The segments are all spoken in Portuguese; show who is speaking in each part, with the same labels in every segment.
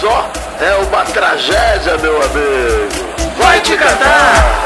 Speaker 1: só é uma tragédia, meu amigo. Vai te catar!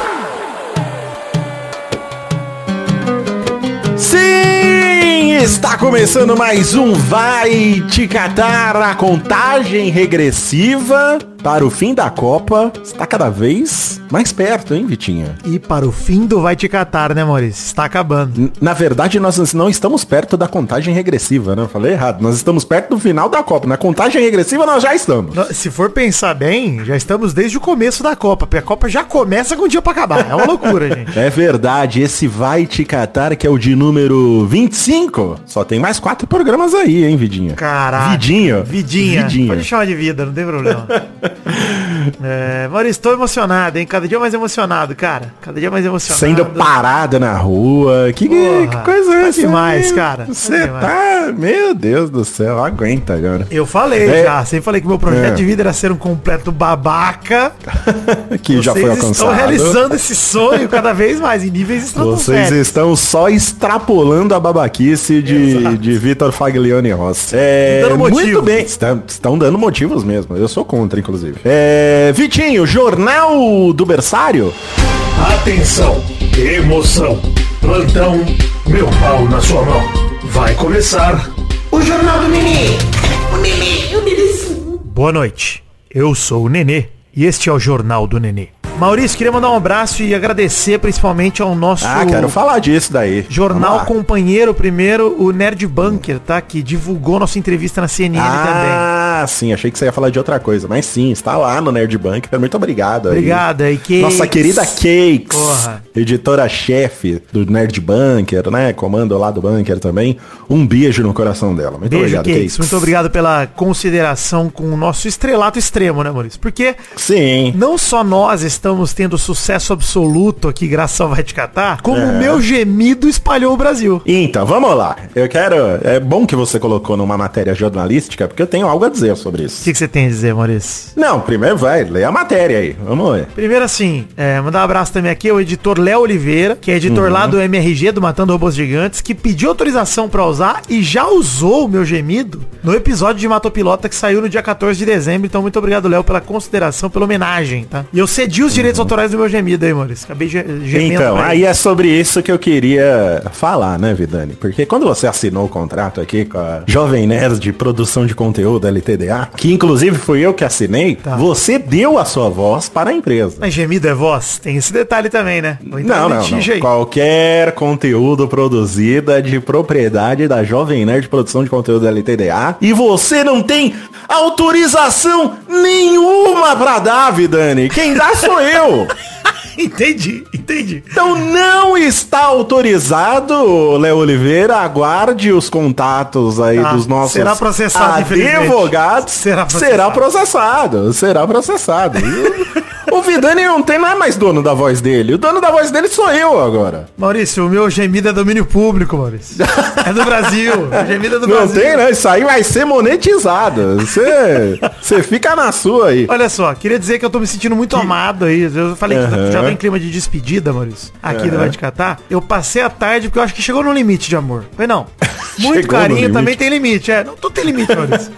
Speaker 2: Sim, está começando mais um Vai Te Catar, a contagem regressiva para o fim da Copa. Está cada vez mais perto, hein, Vitinha?
Speaker 3: E para o fim do Vai Te Catar, né, Maurício? Está acabando.
Speaker 2: N- Na verdade, nós não estamos perto da contagem regressiva, né? Eu falei errado. Nós estamos perto do final da Copa. Na contagem regressiva nós já estamos.
Speaker 3: No- Se for pensar bem, já estamos desde o começo da Copa, porque a Copa já começa com o dia pra acabar. É uma loucura, gente.
Speaker 2: É verdade, esse Vai Te Catar, que é o de número 25. Só tem mais quatro programas aí, hein, Vidinha?
Speaker 3: Caralho.
Speaker 2: Vidinho.
Speaker 3: Vidinha.
Speaker 2: Vidinha.
Speaker 3: Pode chamar de vida, não tem problema. É, Maurício, tô emocionado, hein? Cada dia mais emocionado, cara. Cada dia mais emocionado.
Speaker 2: Sendo parada na rua. Que, que-
Speaker 3: Porra,
Speaker 2: que coisa é
Speaker 3: tá
Speaker 2: essa?
Speaker 3: demais,
Speaker 2: aí?
Speaker 3: cara, tá
Speaker 2: Você
Speaker 3: demais.
Speaker 2: tá. Meu Deus do céu, aguenta agora.
Speaker 3: Eu falei
Speaker 2: É.
Speaker 3: já, sempre falei que meu projeto
Speaker 2: É.
Speaker 3: de vida era ser um completo babaca.
Speaker 2: Que já foi
Speaker 3: Vocês estão
Speaker 2: alcançado.
Speaker 3: realizando esse sonho cada vez mais em níveis
Speaker 2: Vocês
Speaker 3: estratosféricos.
Speaker 2: estão só extrapolando a babaquice de,
Speaker 3: Exato. Tá
Speaker 2: de Vitor Faglione Rossi. É,
Speaker 3: Dando
Speaker 2: muito
Speaker 3: motivos.
Speaker 2: bem. Estão, estão dando motivos mesmo. Eu sou contra, inclusive. É, Vitinho, Jornal do Bersário?
Speaker 4: Atenção, emoção, plantão, meu pau na sua mão. Vai começar o Jornal do Menino.
Speaker 3: Boa noite, eu sou o Nenê e este é o Jornal do Nenê. Maurício, queria mandar um abraço e agradecer principalmente ao nosso
Speaker 2: Ah, quero falar disso daí.
Speaker 3: jornal
Speaker 2: Vamos lá.
Speaker 3: companheiro primeiro, o Nerd Bunker, tá? Que divulgou nossa entrevista na CNN também.
Speaker 2: Ah, sim, achei que você ia falar de outra coisa. Mas sim, está lá no Nerd Bank. Muito obrigado. aí.
Speaker 3: Obrigado, aí, Cakes.
Speaker 2: Nossa querida Cakes,
Speaker 3: Porra.
Speaker 2: editora-chefe do Nerd Bunker, né? Comando lá do Bunker também. Um beijo no coração dela. Muito
Speaker 3: Beijo,
Speaker 2: obrigado,
Speaker 3: Cakes.
Speaker 2: Cakes.
Speaker 3: Muito obrigado pela consideração com o nosso estrelato extremo, né, Maurício? Porque
Speaker 2: Sim.
Speaker 3: Não só nós estamos tendo sucesso absoluto aqui, graças ao Vai Te Catar, como
Speaker 2: É.
Speaker 3: o meu gemido espalhou o Brasil.
Speaker 2: Então, vamos lá. Eu quero. É bom que você colocou numa matéria jornalística, porque eu tenho algo a dizer sobre
Speaker 3: O
Speaker 2: isso.
Speaker 3: que, que você tem a dizer, Maurício?
Speaker 2: Não, primeiro vai, lê a matéria aí. Vamos ver.
Speaker 3: Primeiro assim, é, mandar um abraço também aqui ao editor Léo Oliveira, que é editor lá
Speaker 2: Uhum.
Speaker 3: do MRG, do Matando Robôs Gigantes, que pediu autorização pra usar e já usou o meu gemido no episódio de Matopilota que saiu no dia 14 de dezembro. Então, muito obrigado, Léo, pela consideração, pela homenagem, tá? E eu cedi os direitos autorais do meu gemido aí, Maurício. Acabei ge gemendo.
Speaker 2: Uhum. Então,
Speaker 3: pra
Speaker 2: aí é sobre isso que eu queria falar, né, Vidani? Porque quando você assinou o contrato aqui com a Jovem Nerd de produção de conteúdo LTDA, que inclusive fui eu que assinei, você deu a sua voz para a empresa.
Speaker 3: Mas gemido é voz? Tem esse detalhe também, né? Vou entrar
Speaker 2: Não,
Speaker 3: em
Speaker 2: não, não.
Speaker 3: litígio aí.
Speaker 2: Qualquer conteúdo produzido é de propriedade da Jovem Nerd de Produção de Conteúdo LTDA e você não tem autorização nenhuma pra dar, Vidani. Quem dá sou eu.
Speaker 3: Entendi, entendi.
Speaker 2: Então não está autorizado, Léo Oliveira. Aguarde os contatos aí
Speaker 3: Tá.
Speaker 2: dos nossos
Speaker 3: Será processado, infelizmente.
Speaker 2: advogados.
Speaker 3: Será
Speaker 2: Será processado. Será processado. E o Vidani não tem não é mais dono da voz dele. O dono da voz dele sou eu agora.
Speaker 3: Maurício, o meu gemido é domínio público, Maurício. É do Brasil. O gemido é do
Speaker 2: Não
Speaker 3: Brasil.
Speaker 2: tem, né? Isso aí vai ser monetizado. Você você fica na sua aí.
Speaker 3: Olha só, queria dizer que eu tô me sentindo muito amado aí. Eu falei
Speaker 2: Aham.
Speaker 3: que já tô em clima de despedida, Maurício, aqui do Vai Te Catar. Eu passei a tarde porque eu acho que chegou no limite de amor. Foi não.
Speaker 2: Chegou
Speaker 3: Muito
Speaker 2: no
Speaker 3: carinho também
Speaker 2: limite.
Speaker 3: tem limite, é. Não, tudo tem limite, Maurício.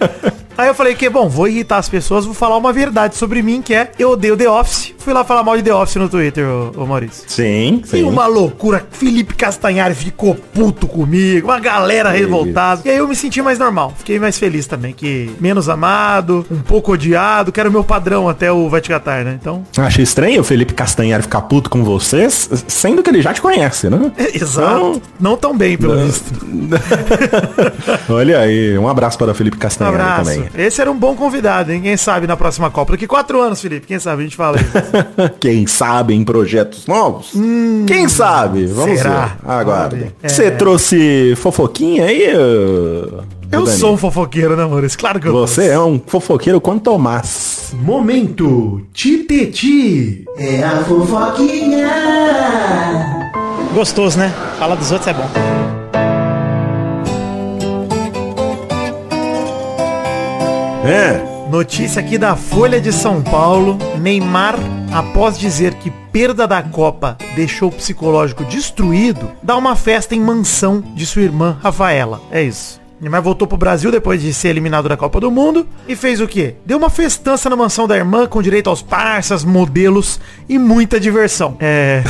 Speaker 3: Aí eu falei que, bom, vou irritar as pessoas, vou falar uma verdade sobre mim, que é eu odeio The Office. Fui lá falar mal de The Office no Twitter, ô, ô Maurício.
Speaker 2: Sim,
Speaker 3: E uma loucura, Felipe Castanhari ficou puto comigo, uma galera revoltada. E aí eu me senti mais normal, fiquei mais feliz também, que menos amado, um pouco odiado, que era o meu padrão até o Vai Te Catar, né? Então,
Speaker 2: Acho estranho o Felipe Castanhari ficar puto com vocês, sendo que ele já te conhece, né?
Speaker 3: exato. Não tão bem, pelo visto.
Speaker 2: Olha aí, um abraço para o Felipe
Speaker 3: Um
Speaker 2: Castanhari
Speaker 3: abraço.
Speaker 2: também.
Speaker 3: Esse era um bom convidado, hein? Quem sabe na próxima Copa. Daqui quatro anos, Felipe, quem sabe a gente fala isso.
Speaker 2: Quem sabe em projetos novos? Quem sabe? Vamos
Speaker 3: Hum, será?
Speaker 2: ver. Aguardem.
Speaker 3: Vamos ver.
Speaker 2: Você trouxe fofoquinha aí? ô,
Speaker 3: Eu
Speaker 2: Dani?
Speaker 3: sou um fofoqueiro, né, Maurício? Claro que eu
Speaker 2: Você é um fofoqueiro quanto Tomás.
Speaker 4: Momento Titeti.
Speaker 3: Gostoso, né? Falar dos outros é bom.
Speaker 2: É.
Speaker 3: Notícia aqui da Folha de São Paulo. Neymar, após dizer que perda da Copa deixou o psicológico destruído, dá uma festa em mansão de sua irmã Rafaela. É isso. Neymar voltou pro Brasil depois de ser eliminado da Copa do Mundo e fez o quê? Deu uma festança na mansão da irmã com direito aos parças, modelos e muita diversão. É.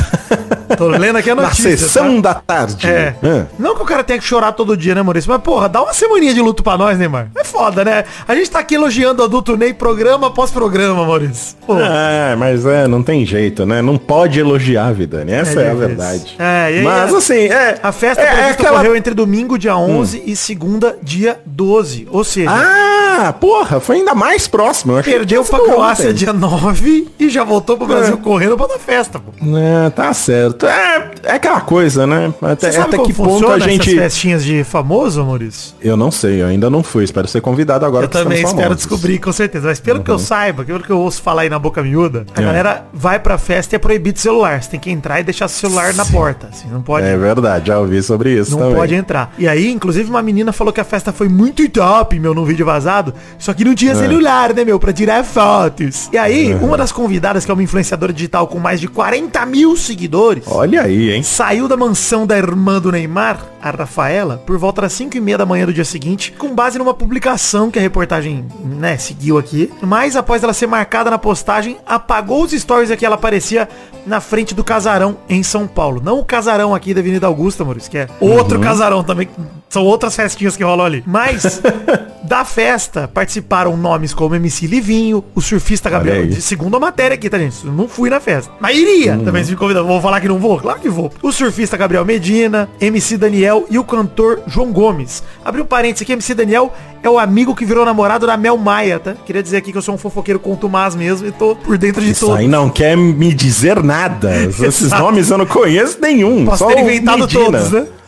Speaker 3: Tô lendo aqui a
Speaker 2: Na
Speaker 3: notícia.
Speaker 2: sessão
Speaker 3: tá?
Speaker 2: da tarde.
Speaker 3: É.
Speaker 2: Hã?
Speaker 3: Não que o cara tenha que chorar todo dia, né, Maurício? Mas, porra, dá uma semaninha de luto pra nós, Neymar. É foda, né? A gente tá aqui elogiando o adulto Ney programa após programa, Maurício. Pô,
Speaker 2: É, mas é, não tem jeito, né? Não pode elogiar, Vidani. Essa é, a
Speaker 3: difícil.
Speaker 2: verdade.
Speaker 3: É, e aí,
Speaker 2: mas
Speaker 3: é-
Speaker 2: assim, é.
Speaker 3: A festa
Speaker 2: é, é
Speaker 3: prevista
Speaker 2: aquela... Hum.
Speaker 3: ocorreu entre domingo, dia 11, e segunda, dia 12. Ou seja,
Speaker 2: Ah, porra, foi ainda mais próximo. Eu achei que É.
Speaker 3: perdeu
Speaker 2: tinha
Speaker 3: pra
Speaker 2: sido
Speaker 3: Croácia
Speaker 2: ontem.
Speaker 3: dia 9 e já voltou pro Brasil correndo pra dar festa, pô.
Speaker 2: É, tá certo. É, é aquela coisa, né? Até,
Speaker 3: Você sabe
Speaker 2: até
Speaker 3: como
Speaker 2: que ponto a
Speaker 3: funciona
Speaker 2: gente.
Speaker 3: essas festinhas de famoso, Maurício?
Speaker 2: Eu não sei, eu ainda não fui. Espero ser convidado agora
Speaker 3: Eu
Speaker 2: que estamos
Speaker 3: também espero
Speaker 2: famosos. Uhum.
Speaker 3: descobrir, com certeza. Mas pelo que eu saiba, pelo que eu ouço falar aí na boca miúda, a
Speaker 2: É.
Speaker 3: galera vai pra festa e é proibido celular. Você tem que entrar e deixar o celular na porta. Assim, não pode.
Speaker 2: É verdade, já ouvi sobre isso
Speaker 3: Não
Speaker 2: também.
Speaker 3: pode entrar. E aí, inclusive, uma menina falou que a festa foi muito top, meu, num vídeo vazado. Só que não
Speaker 2: É.
Speaker 3: tinha celular, né, meu, pra tirar fotos. E aí, uma das convidadas, que é uma influenciadora digital com mais de 40 mil seguidores,
Speaker 2: Olha aí, hein?
Speaker 3: saiu da mansão da irmã do Neymar, a Rafaela, por volta das 5 e meia da manhã do dia seguinte, com base numa publicação que a reportagem, né, seguiu aqui. Mas após ela ser marcada na postagem, apagou os stories aqui ela aparecia na frente do casarão em São Paulo. Não o casarão aqui da Avenida Augusta, Maurício, que é outro casarão também. São outras festinhas que rolam ali. Mas da festa participaram nomes como MC Livinho, o surfista Gabriel
Speaker 2: aí.
Speaker 3: de Segundo a matéria aqui, tá, gente? Eu Não fui na festa. Mas iria.
Speaker 2: Uhum.
Speaker 3: Também se me convidar. Vou falar que não vou? Claro que vou. O surfista Gabriel Medina, MC Daniel e o cantor João Gomes. Abriu parênteses aqui, MC Daniel é o amigo que virou namorado da Mel Maia, tá? Queria dizer aqui que eu sou um fofoqueiro contumaz mesmo e tô por dentro de
Speaker 2: Isso
Speaker 3: todo.
Speaker 2: aí não quer me dizer nada. Esses
Speaker 3: Exato.
Speaker 2: nomes eu não conheço nenhum.
Speaker 3: Posso
Speaker 2: só
Speaker 3: ter
Speaker 2: o
Speaker 3: inventado
Speaker 2: Medina.
Speaker 3: todos, né? Ah,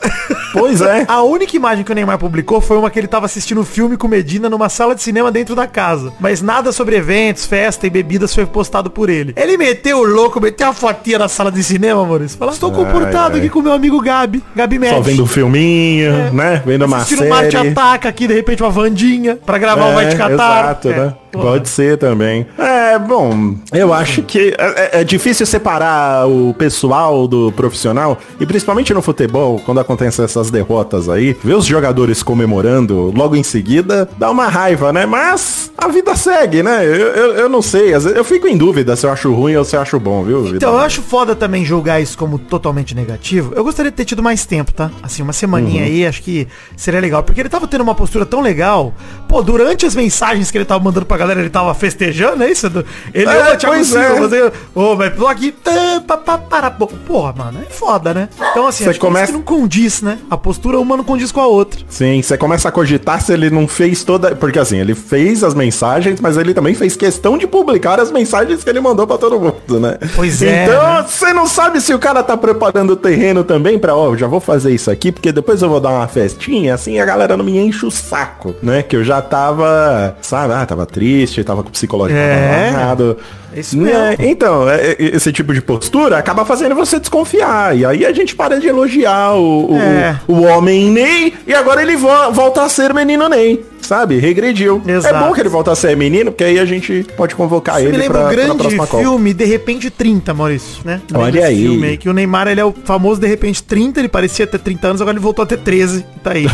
Speaker 2: Pois é.
Speaker 3: A única imagem que o Neymar publicou foi uma que ele tava assistindo um filme com Medina numa sala de cinema dentro da casa. Mas nada sobre eventos, festa e bebidas foi postado por ele. Ele meteu o louco, meteu a fotinha na sala de cinema, Maurício. Falou, estou comportado
Speaker 2: ai.
Speaker 3: aqui com meu amigo Gabi. Gabi Match.
Speaker 2: Só vendo um filminho, né? Vendo uma
Speaker 3: é. Assistindo Marte
Speaker 2: série.
Speaker 3: Ataca aqui, de repente uma Vandinha pra gravar o Vai Te Catar.
Speaker 2: Exato,
Speaker 3: É,
Speaker 2: né?
Speaker 3: pô.
Speaker 2: Pode ser também. É, bom, eu acho que é, é- é difícil separar o pessoal do profissional, e principalmente no futebol, quando acontecem essas derrotas aí, ver os jogadores comemorando logo em seguida, dá uma raiva, né? Mas a vida segue, né? Eu, eu, eu não sei, às vezes eu fico em dúvida se eu acho ruim ou se eu acho bom, viu? Vidal?
Speaker 3: Então, eu acho foda também julgar isso como totalmente negativo. Eu gostaria de ter tido mais tempo, tá? Assim, uma semaninha
Speaker 2: Uhum.
Speaker 3: aí, acho que seria legal. Porque ele tava tendo uma postura tão legal. Pô, durante as mensagens que ele tava mandando pra galera, ele tava festejando, é isso? Edu? Ele
Speaker 2: É,
Speaker 3: ô, Thiago
Speaker 2: pois
Speaker 3: Silva,
Speaker 2: é.
Speaker 3: você- Ô, mas tô aqui. tá, pá, pá, para, pô. Porra, mano, é foda, né? Então, assim,
Speaker 2: Você
Speaker 3: acho que isso
Speaker 2: começa-
Speaker 3: que não condiz, né? A postura uma não condiz com a outra.
Speaker 2: Sim, você começa a cogitar se ele não fez toda. Porque assim, ele fez as mensagens, mas ele também fez questão de publicar as mensagens que ele mandou pra todo mundo, né?
Speaker 3: Pois é,
Speaker 2: Então,
Speaker 3: né?
Speaker 2: você não sabe se o cara tá preparando o terreno também pra, ó, já vou fazer isso aqui, porque depois eu vou dar uma festinha, assim a galera não me enche o saco, né? Que eu já tava, sabe, ah, tava triste, tava com o psicológico
Speaker 3: É.
Speaker 2: abalado.
Speaker 3: É isso
Speaker 2: Né?
Speaker 3: mesmo.
Speaker 2: Então, é- é- esse tipo de postura acaba fazendo você desconfiar. E aí a gente para de elogiar o, o-
Speaker 3: É.
Speaker 2: o homem Ney e agora ele vo- volta a ser menino Ney, sabe? Regrediu.
Speaker 3: Exato.
Speaker 2: É bom que ele volta a ser menino, porque aí a gente pode convocar
Speaker 3: Você
Speaker 2: ele
Speaker 3: me lembra
Speaker 2: pra,
Speaker 3: um
Speaker 2: pra
Speaker 3: grande
Speaker 2: próxima Copa.
Speaker 3: filme, De Repente 30, Maurício, né? Me
Speaker 2: Olha
Speaker 3: lembra esse
Speaker 2: aí.
Speaker 3: Filme aí. Que o Neymar, ele é o famoso De Repente 30, ele parecia ter 30 anos, agora ele voltou a ter 13. Tá aí.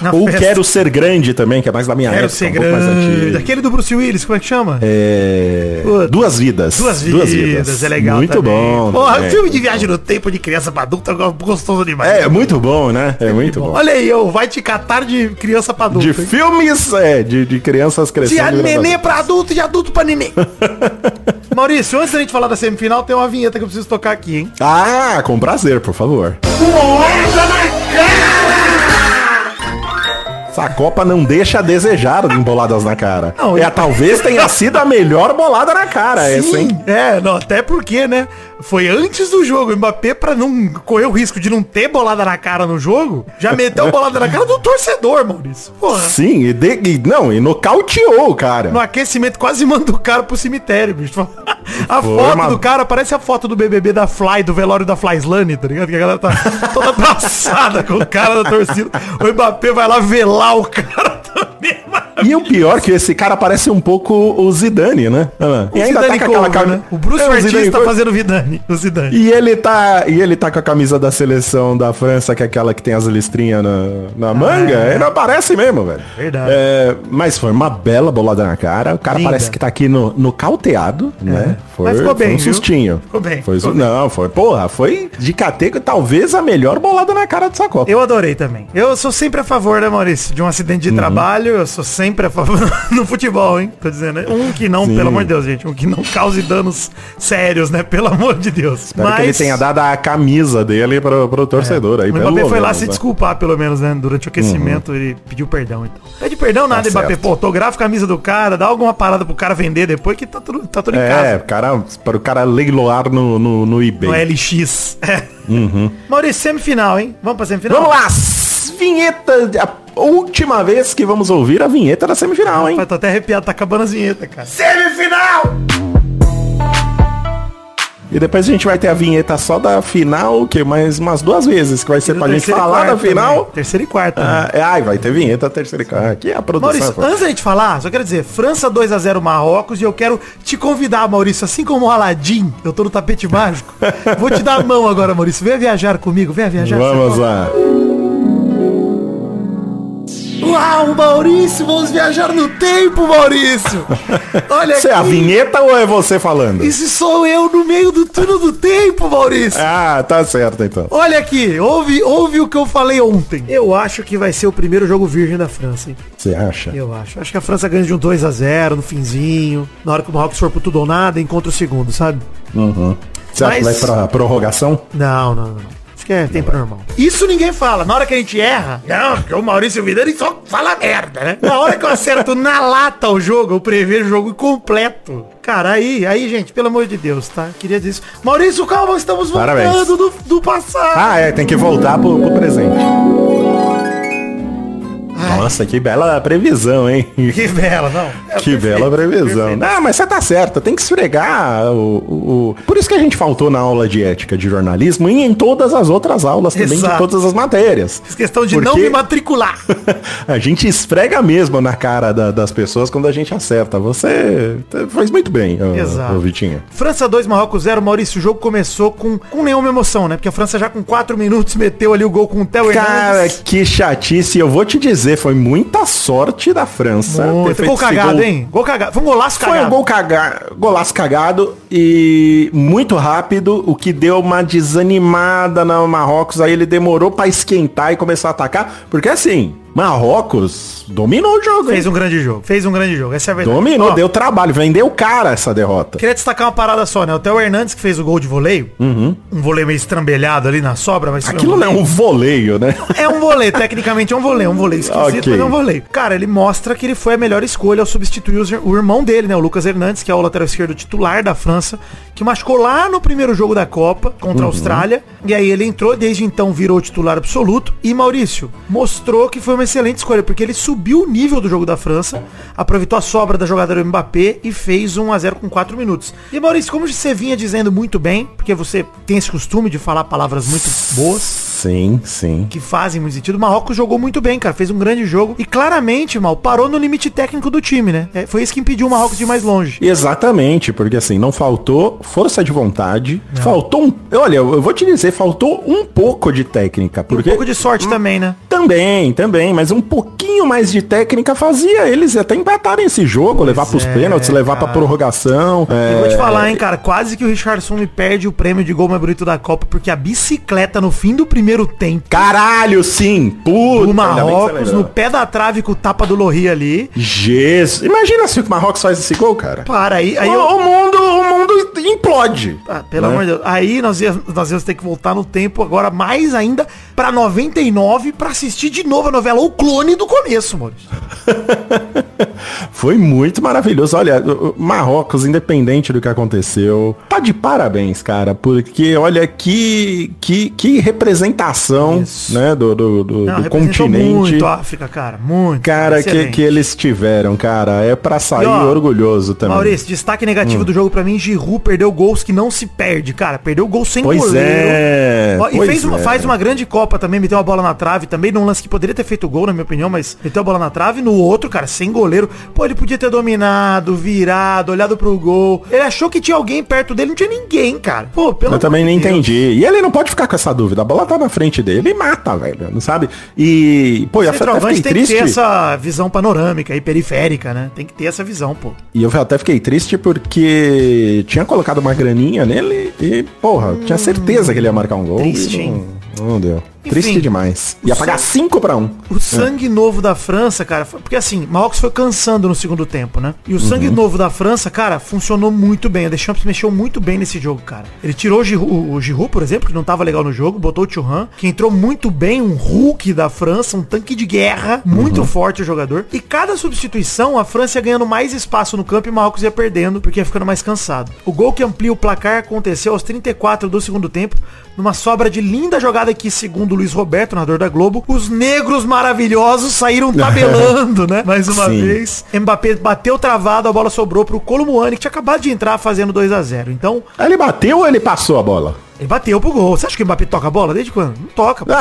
Speaker 3: Na
Speaker 2: Ou
Speaker 3: festa.
Speaker 2: Quero Ser Grande também, que é mais da minha
Speaker 3: Quero
Speaker 2: época,
Speaker 3: ser
Speaker 2: um pouco mais
Speaker 3: grande.
Speaker 2: antigo.
Speaker 3: Aquele do Bruce Willis, como é que chama?
Speaker 2: É...
Speaker 3: Puta.
Speaker 2: Duas vidas.
Speaker 3: Duas vidas, é legal
Speaker 2: Muito
Speaker 3: também.
Speaker 2: bom.
Speaker 3: Porra, é um
Speaker 2: também.
Speaker 3: filme de viagem no tempo de criança pra adulto é gostoso demais.
Speaker 2: É, muito bom, né? É muito bom.
Speaker 3: Olha aí, eu vai te catar de criança pra adulto.
Speaker 2: De
Speaker 3: hein?
Speaker 2: filmes, é, de, de crianças
Speaker 3: De
Speaker 2: crescendo. virando
Speaker 3: nenê pra adulto, de adulto pra nenê. Maurício, antes da gente falar da semifinal, tem uma vinheta que eu preciso tocar aqui, hein?
Speaker 2: Ah, com prazer, por favor. Essa Copa não deixa a desejar em boladas na cara.
Speaker 3: Não,
Speaker 2: é,
Speaker 3: eu-
Speaker 2: talvez tenha sido a melhor bolada na cara essa, hein?
Speaker 3: Sim, é, não, até porque, né? Foi antes do jogo. O Mbappé, pra não correr o risco de não ter bolada na cara no jogo, já meteu bolada na cara do torcedor, Maurício. Porra.
Speaker 2: Sim, e, de- e- não, e nocauteou o cara.
Speaker 3: No aquecimento quase manda o cara pro cemitério, bicho. A
Speaker 2: Foi
Speaker 3: foto
Speaker 2: uma-
Speaker 3: do cara parece a foto do BBB da Fly, do velório da Fly Slane, tá ligado? Que a galera tá toda traçada com o cara da torcida. O Mbappé vai lá velar o cara também, mano.
Speaker 2: E o pior que esse cara parece um pouco o Zidane, né? Ana? E ainda tá com aquela
Speaker 3: cover,
Speaker 2: cara.
Speaker 3: né? O Bruce
Speaker 2: É, o
Speaker 3: Ortiz
Speaker 2: Zidane
Speaker 3: tá
Speaker 2: foi-
Speaker 3: fazendo Vidani. O Zidane.
Speaker 2: E ele, tá, e ele tá com a camisa da seleção da França, que é aquela que tem as listrinhas na, na manga. Ele aparece mesmo, velho.
Speaker 3: Ah, é. Verdade.
Speaker 2: É, mas foi uma bela bolada na cara. O cara
Speaker 3: Linda. É.
Speaker 2: parece que tá aqui no, no cauteado, né? Foi,
Speaker 3: Mas ficou
Speaker 2: foi
Speaker 3: bem,
Speaker 2: um
Speaker 3: viu?
Speaker 2: sustinho.
Speaker 3: Ficou bem,
Speaker 2: Foi,
Speaker 3: ficou
Speaker 2: su- não, foi, porra, foi de cateco, talvez a melhor bolada na cara dessa Copa.
Speaker 3: Eu adorei também. Eu sou sempre a favor, né, Maurício? De um acidente
Speaker 2: Uhum.
Speaker 3: de trabalho, eu sou sempre a favor no futebol, hein? Tô dizendo. né? Um que não,
Speaker 2: Sim.
Speaker 3: pelo amor de Deus, gente. Um que não cause danos sérios, né? Pelo amor de Deus.
Speaker 2: Espero que ele tenha dado a camisa dele pro, pro torcedor aí.
Speaker 3: É. O
Speaker 2: pelo
Speaker 3: Mbappé foi lá
Speaker 2: menos,
Speaker 3: se
Speaker 2: né? Uhum.
Speaker 3: desculpar, pelo menos, né? Durante o aquecimento, ele pediu perdão, então. Pede perdão nada,
Speaker 2: Tá
Speaker 3: Mbappé.
Speaker 2: certo.
Speaker 3: Pô, autografa a camisa do cara, dá alguma parada pro cara vender depois que tá tudo, tá tudo em
Speaker 2: É,
Speaker 3: casa.
Speaker 2: cara, para o cara leiloar no, no, no eBay.
Speaker 3: No LX. É. Maurício, semifinal, hein? Vamos pra semifinal?
Speaker 2: Uhum. Vamos lá, s- vinheta. A última vez que vamos ouvir a vinheta da semifinal, hein?
Speaker 3: Rapaz, tô até arrepiado, tá acabando as vinhetas, cara.
Speaker 1: Semifinal!
Speaker 2: E depois a gente vai ter a vinheta só da final, o quê? Mais umas duas vezes, que vai ser
Speaker 3: No
Speaker 2: pra gente
Speaker 3: terceiro e
Speaker 2: falar da
Speaker 3: quarto
Speaker 2: final.
Speaker 3: também. Terceiro e quarto. né?
Speaker 2: Ah, é, ai, vai ter vinheta terceira. Ah, aqui é a produção.
Speaker 3: Maurício,
Speaker 2: pô.
Speaker 3: antes da gente falar, só quero dizer, França 2x0 Marrocos e eu quero te convidar, Maurício, assim como o Aladim, eu tô no tapete mágico, vou te dar a mão agora, Maurício, venha viajar comigo, venha viajar.
Speaker 2: Vamos
Speaker 3: Você
Speaker 2: lá.
Speaker 3: pode? Uau, Maurício, vamos viajar no tempo, Maurício. Olha
Speaker 2: Isso é a
Speaker 3: aqui,
Speaker 2: vinheta ou é você falando?
Speaker 3: isso sou eu no meio do túnel do tempo, Maurício.
Speaker 2: Ah, tá certo então.
Speaker 3: Olha aqui, ouve, ouve o que eu falei ontem. Eu acho que vai ser o primeiro jogo virgem da França, hein?
Speaker 2: Você acha?
Speaker 3: Eu acho. Acho que a França ganha de um 2 a 0 no finzinho. Na hora que o Marrocos for pro tudo ou nada, encontra o segundo, sabe?
Speaker 2: Você acha que vai
Speaker 3: Mas-
Speaker 2: pra prorrogação?
Speaker 3: Não, não, não. Isso que é tempo normal. Isso ninguém fala. Na hora que a gente erra. Não, porque o Maurício Vidani só fala merda, né? Na hora que eu acerto na lata o jogo, eu prevejo o jogo completo. Cara, aí, aí, gente, pelo amor de Deus, tá? Queria dizer isso. Maurício, calma, estamos
Speaker 2: Parabéns.
Speaker 3: voltando do, do passado.
Speaker 2: Ah, é, tem que voltar pro, pro presente.
Speaker 3: Ah.
Speaker 2: Nossa, que bela previsão, hein?
Speaker 3: Que bela, não. É
Speaker 2: Que
Speaker 3: perfeito,
Speaker 2: bela previsão.
Speaker 3: perfeito.
Speaker 2: Ah, mas você tá certa, tem que esfregar o, o- o- Por isso que a gente faltou na aula de ética de jornalismo e em todas as outras aulas também,
Speaker 3: Exato.
Speaker 2: de todas as matérias.
Speaker 3: Fiz questão de não
Speaker 2: Porque
Speaker 3: me matricular.
Speaker 2: A gente esfrega mesmo na cara da- das pessoas quando a gente acerta. Você t- faz muito bem, ô-
Speaker 3: Exato.
Speaker 2: ô Vitinho.
Speaker 3: França 2, Marrocos 0. Maurício, o jogo começou com, com nenhuma emoção, né? Porque a França já com 4 minutos meteu ali o gol com o Theo
Speaker 2: Cara,
Speaker 3: Hernandes.
Speaker 2: que chatice. Eu vou te dizer, foi muita sorte da França. ter
Speaker 3: Muito.
Speaker 2: feito
Speaker 3: Gol
Speaker 2: esse
Speaker 3: cagado,
Speaker 2: gol
Speaker 3: hein? Gol cagado. Foi um golaço
Speaker 2: Foi
Speaker 3: cagado.
Speaker 2: um gol caga- golaço cagado e muito rápido, o que deu uma desanimada na Marrocos. Aí ele demorou pra esquentar e começar a atacar. Porque assim, Marrocos dominou o jogo.
Speaker 3: Fez
Speaker 2: hein?
Speaker 3: um grande jogo. Fez um grande jogo. Essa é a verdade.
Speaker 2: Dominou,
Speaker 3: Ó,
Speaker 2: deu trabalho, vendeu cara essa derrota.
Speaker 3: Queria destacar uma parada só, né? O Theo Hernandes que fez o gol de voleio. Um voleio meio estrambelhado ali na sobra, mas foi um
Speaker 2: Uhum. Aquilo não é um voleio, né?
Speaker 3: É um voleio, tecnicamente é um voleio, é um voleio esquisito,
Speaker 2: Ok.
Speaker 3: mas é um voleio. Cara, ele mostra que ele foi a melhor escolha ao substituir os- o irmão dele, né? O Lucas Hernandes, que é o lateral esquerdo titular da França, que machucou lá no primeiro jogo da Copa contra a Austrália. E aí ele entrou, desde então virou o titular absoluto. E Maurício mostrou que foi uma excelente escolha, porque ele subiu o nível do jogo da França, aproveitou a sobra da jogada do Mbappé e fez 1 a 0 com 4 minutos. E Maurício, como você vinha dizendo muito bem, porque você tem esse costume de falar palavras muito boas
Speaker 2: Sim, sim.
Speaker 3: que fazem muito sentido. O Marrocos jogou muito bem, cara. Fez um grande jogo. E claramente, mal, parou no limite técnico do time, né? É, foi isso que impediu o Marrocos de ir mais longe.
Speaker 2: Exatamente, porque assim, não faltou força de vontade, faltou um... Olha, eu vou te dizer, faltou um pouco de técnica,
Speaker 3: E um
Speaker 2: porque...
Speaker 3: pouco de sorte também, né?
Speaker 2: Também, também, mas um pouquinho mais de técnica fazia eles até empatarem esse jogo, levar pros
Speaker 3: é,
Speaker 2: pênaltis, levar pra
Speaker 3: cara.
Speaker 2: prorrogação.
Speaker 3: E vou te
Speaker 2: é,
Speaker 3: falar, hein, cara, quase que o Richardson me perde o prêmio de gol mais bonito da Copa, porque a bicicleta no fim do primeiro tempo,
Speaker 2: Caralho, sim! Puta! ainda bem
Speaker 3: o
Speaker 2: que você
Speaker 3: Marrocos
Speaker 2: lembrou.
Speaker 3: no pé da trave com o tapa do Lohri ali,
Speaker 2: Jesus! Imagina se o Marrocos faz esse gol, cara.
Speaker 3: para aí, aí
Speaker 2: o,
Speaker 3: eu...
Speaker 2: o mundo, o mundo implode.
Speaker 3: Ah, pelo
Speaker 2: né?
Speaker 3: amor de Deus. Aí nós íamos, nós íamos ter que voltar no tempo agora, mais ainda, pra 99, pra assistir de novo a novela O Clone do começo, Maurício.
Speaker 2: Foi muito maravilhoso. Olha, o- o Marrocos, independente do que aconteceu, tá de parabéns, cara, porque olha que, que, que representação
Speaker 3: Isso.
Speaker 2: né, do, do, do-
Speaker 3: Não,
Speaker 2: do
Speaker 3: representou
Speaker 2: continente.
Speaker 3: muito a África, cara. Muito.
Speaker 2: Cara, que,
Speaker 3: Excelente.
Speaker 2: que eles tiveram, cara. É pra sair
Speaker 3: E, ó,
Speaker 2: orgulhoso também.
Speaker 3: Maurício, destaque
Speaker 2: Hum.
Speaker 3: negativo do jogo pra mim, Giroud perdeu gols que não se perde, cara. Perdeu gol sem
Speaker 2: Pois
Speaker 3: goleiro.
Speaker 2: é,
Speaker 3: Ó, E
Speaker 2: pois
Speaker 3: fez uma,
Speaker 2: é.
Speaker 3: faz uma grande Copa. Copa também meteu uma bola na trave, também num lance que poderia ter feito gol, na minha opinião, mas meteu a bola na trave. No outro, cara, sem goleiro. Pô, ele podia ter dominado, virado, olhado pro gol. Ele achou que tinha alguém perto dele, não tinha ninguém, cara. Pô, pelo
Speaker 2: Eu também
Speaker 3: amor
Speaker 2: não
Speaker 3: de Deus.
Speaker 2: entendi. E ele não pode ficar com essa dúvida. A bola tá na frente dele e mata, velho. Não sabe? E, pô, eu até
Speaker 3: Centroavante
Speaker 2: fiquei
Speaker 3: tem que
Speaker 2: triste.
Speaker 3: ter essa visão panorâmica e periférica, né? Tem que ter essa visão, pô.
Speaker 2: E eu até fiquei triste porque tinha colocado uma graninha nele e, porra, tinha certeza que ele ia marcar um gol.
Speaker 3: Triste,
Speaker 2: e
Speaker 3: hein?
Speaker 2: não, não deu.
Speaker 3: Enfim,
Speaker 2: triste demais. Ia
Speaker 3: o
Speaker 2: pagar
Speaker 3: Santos-
Speaker 2: 5 pra 1. Um.
Speaker 3: O sangue novo da França, cara, foi- porque assim, Marrocos foi cansando no segundo tempo, né? E o sangue novo da França, cara, funcionou muito bem. A Deschamps mexeu muito bem nesse jogo, cara. Ele tirou o Giroud, o Giroud, por exemplo, que não tava legal no jogo, botou o Thuram, que entrou muito bem, um Hulk da França, um tanque de guerra,
Speaker 2: Uhum.
Speaker 3: muito forte o jogador. E cada substituição, a França ia ganhando mais espaço no campo e o Marrocos ia perdendo, porque ia ficando mais cansado. O gol que amplia o placar aconteceu aos 34 do segundo tempo, numa sobra de linda jogada que, segundo o Luiz Roberto, narrador da Globo, os negros maravilhosos saíram tabelando, né? Mais uma
Speaker 2: Sim.
Speaker 3: vez. Mbappé bateu travado, a bola sobrou pro Colomboani, que tinha acabado de entrar fazendo 2 a 0 Então,
Speaker 2: Aí Ele bateu ou ele passou a bola?
Speaker 3: ele bateu pro gol. Você acha que o Mbappé toca a bola? Desde quando? Não toca. pô.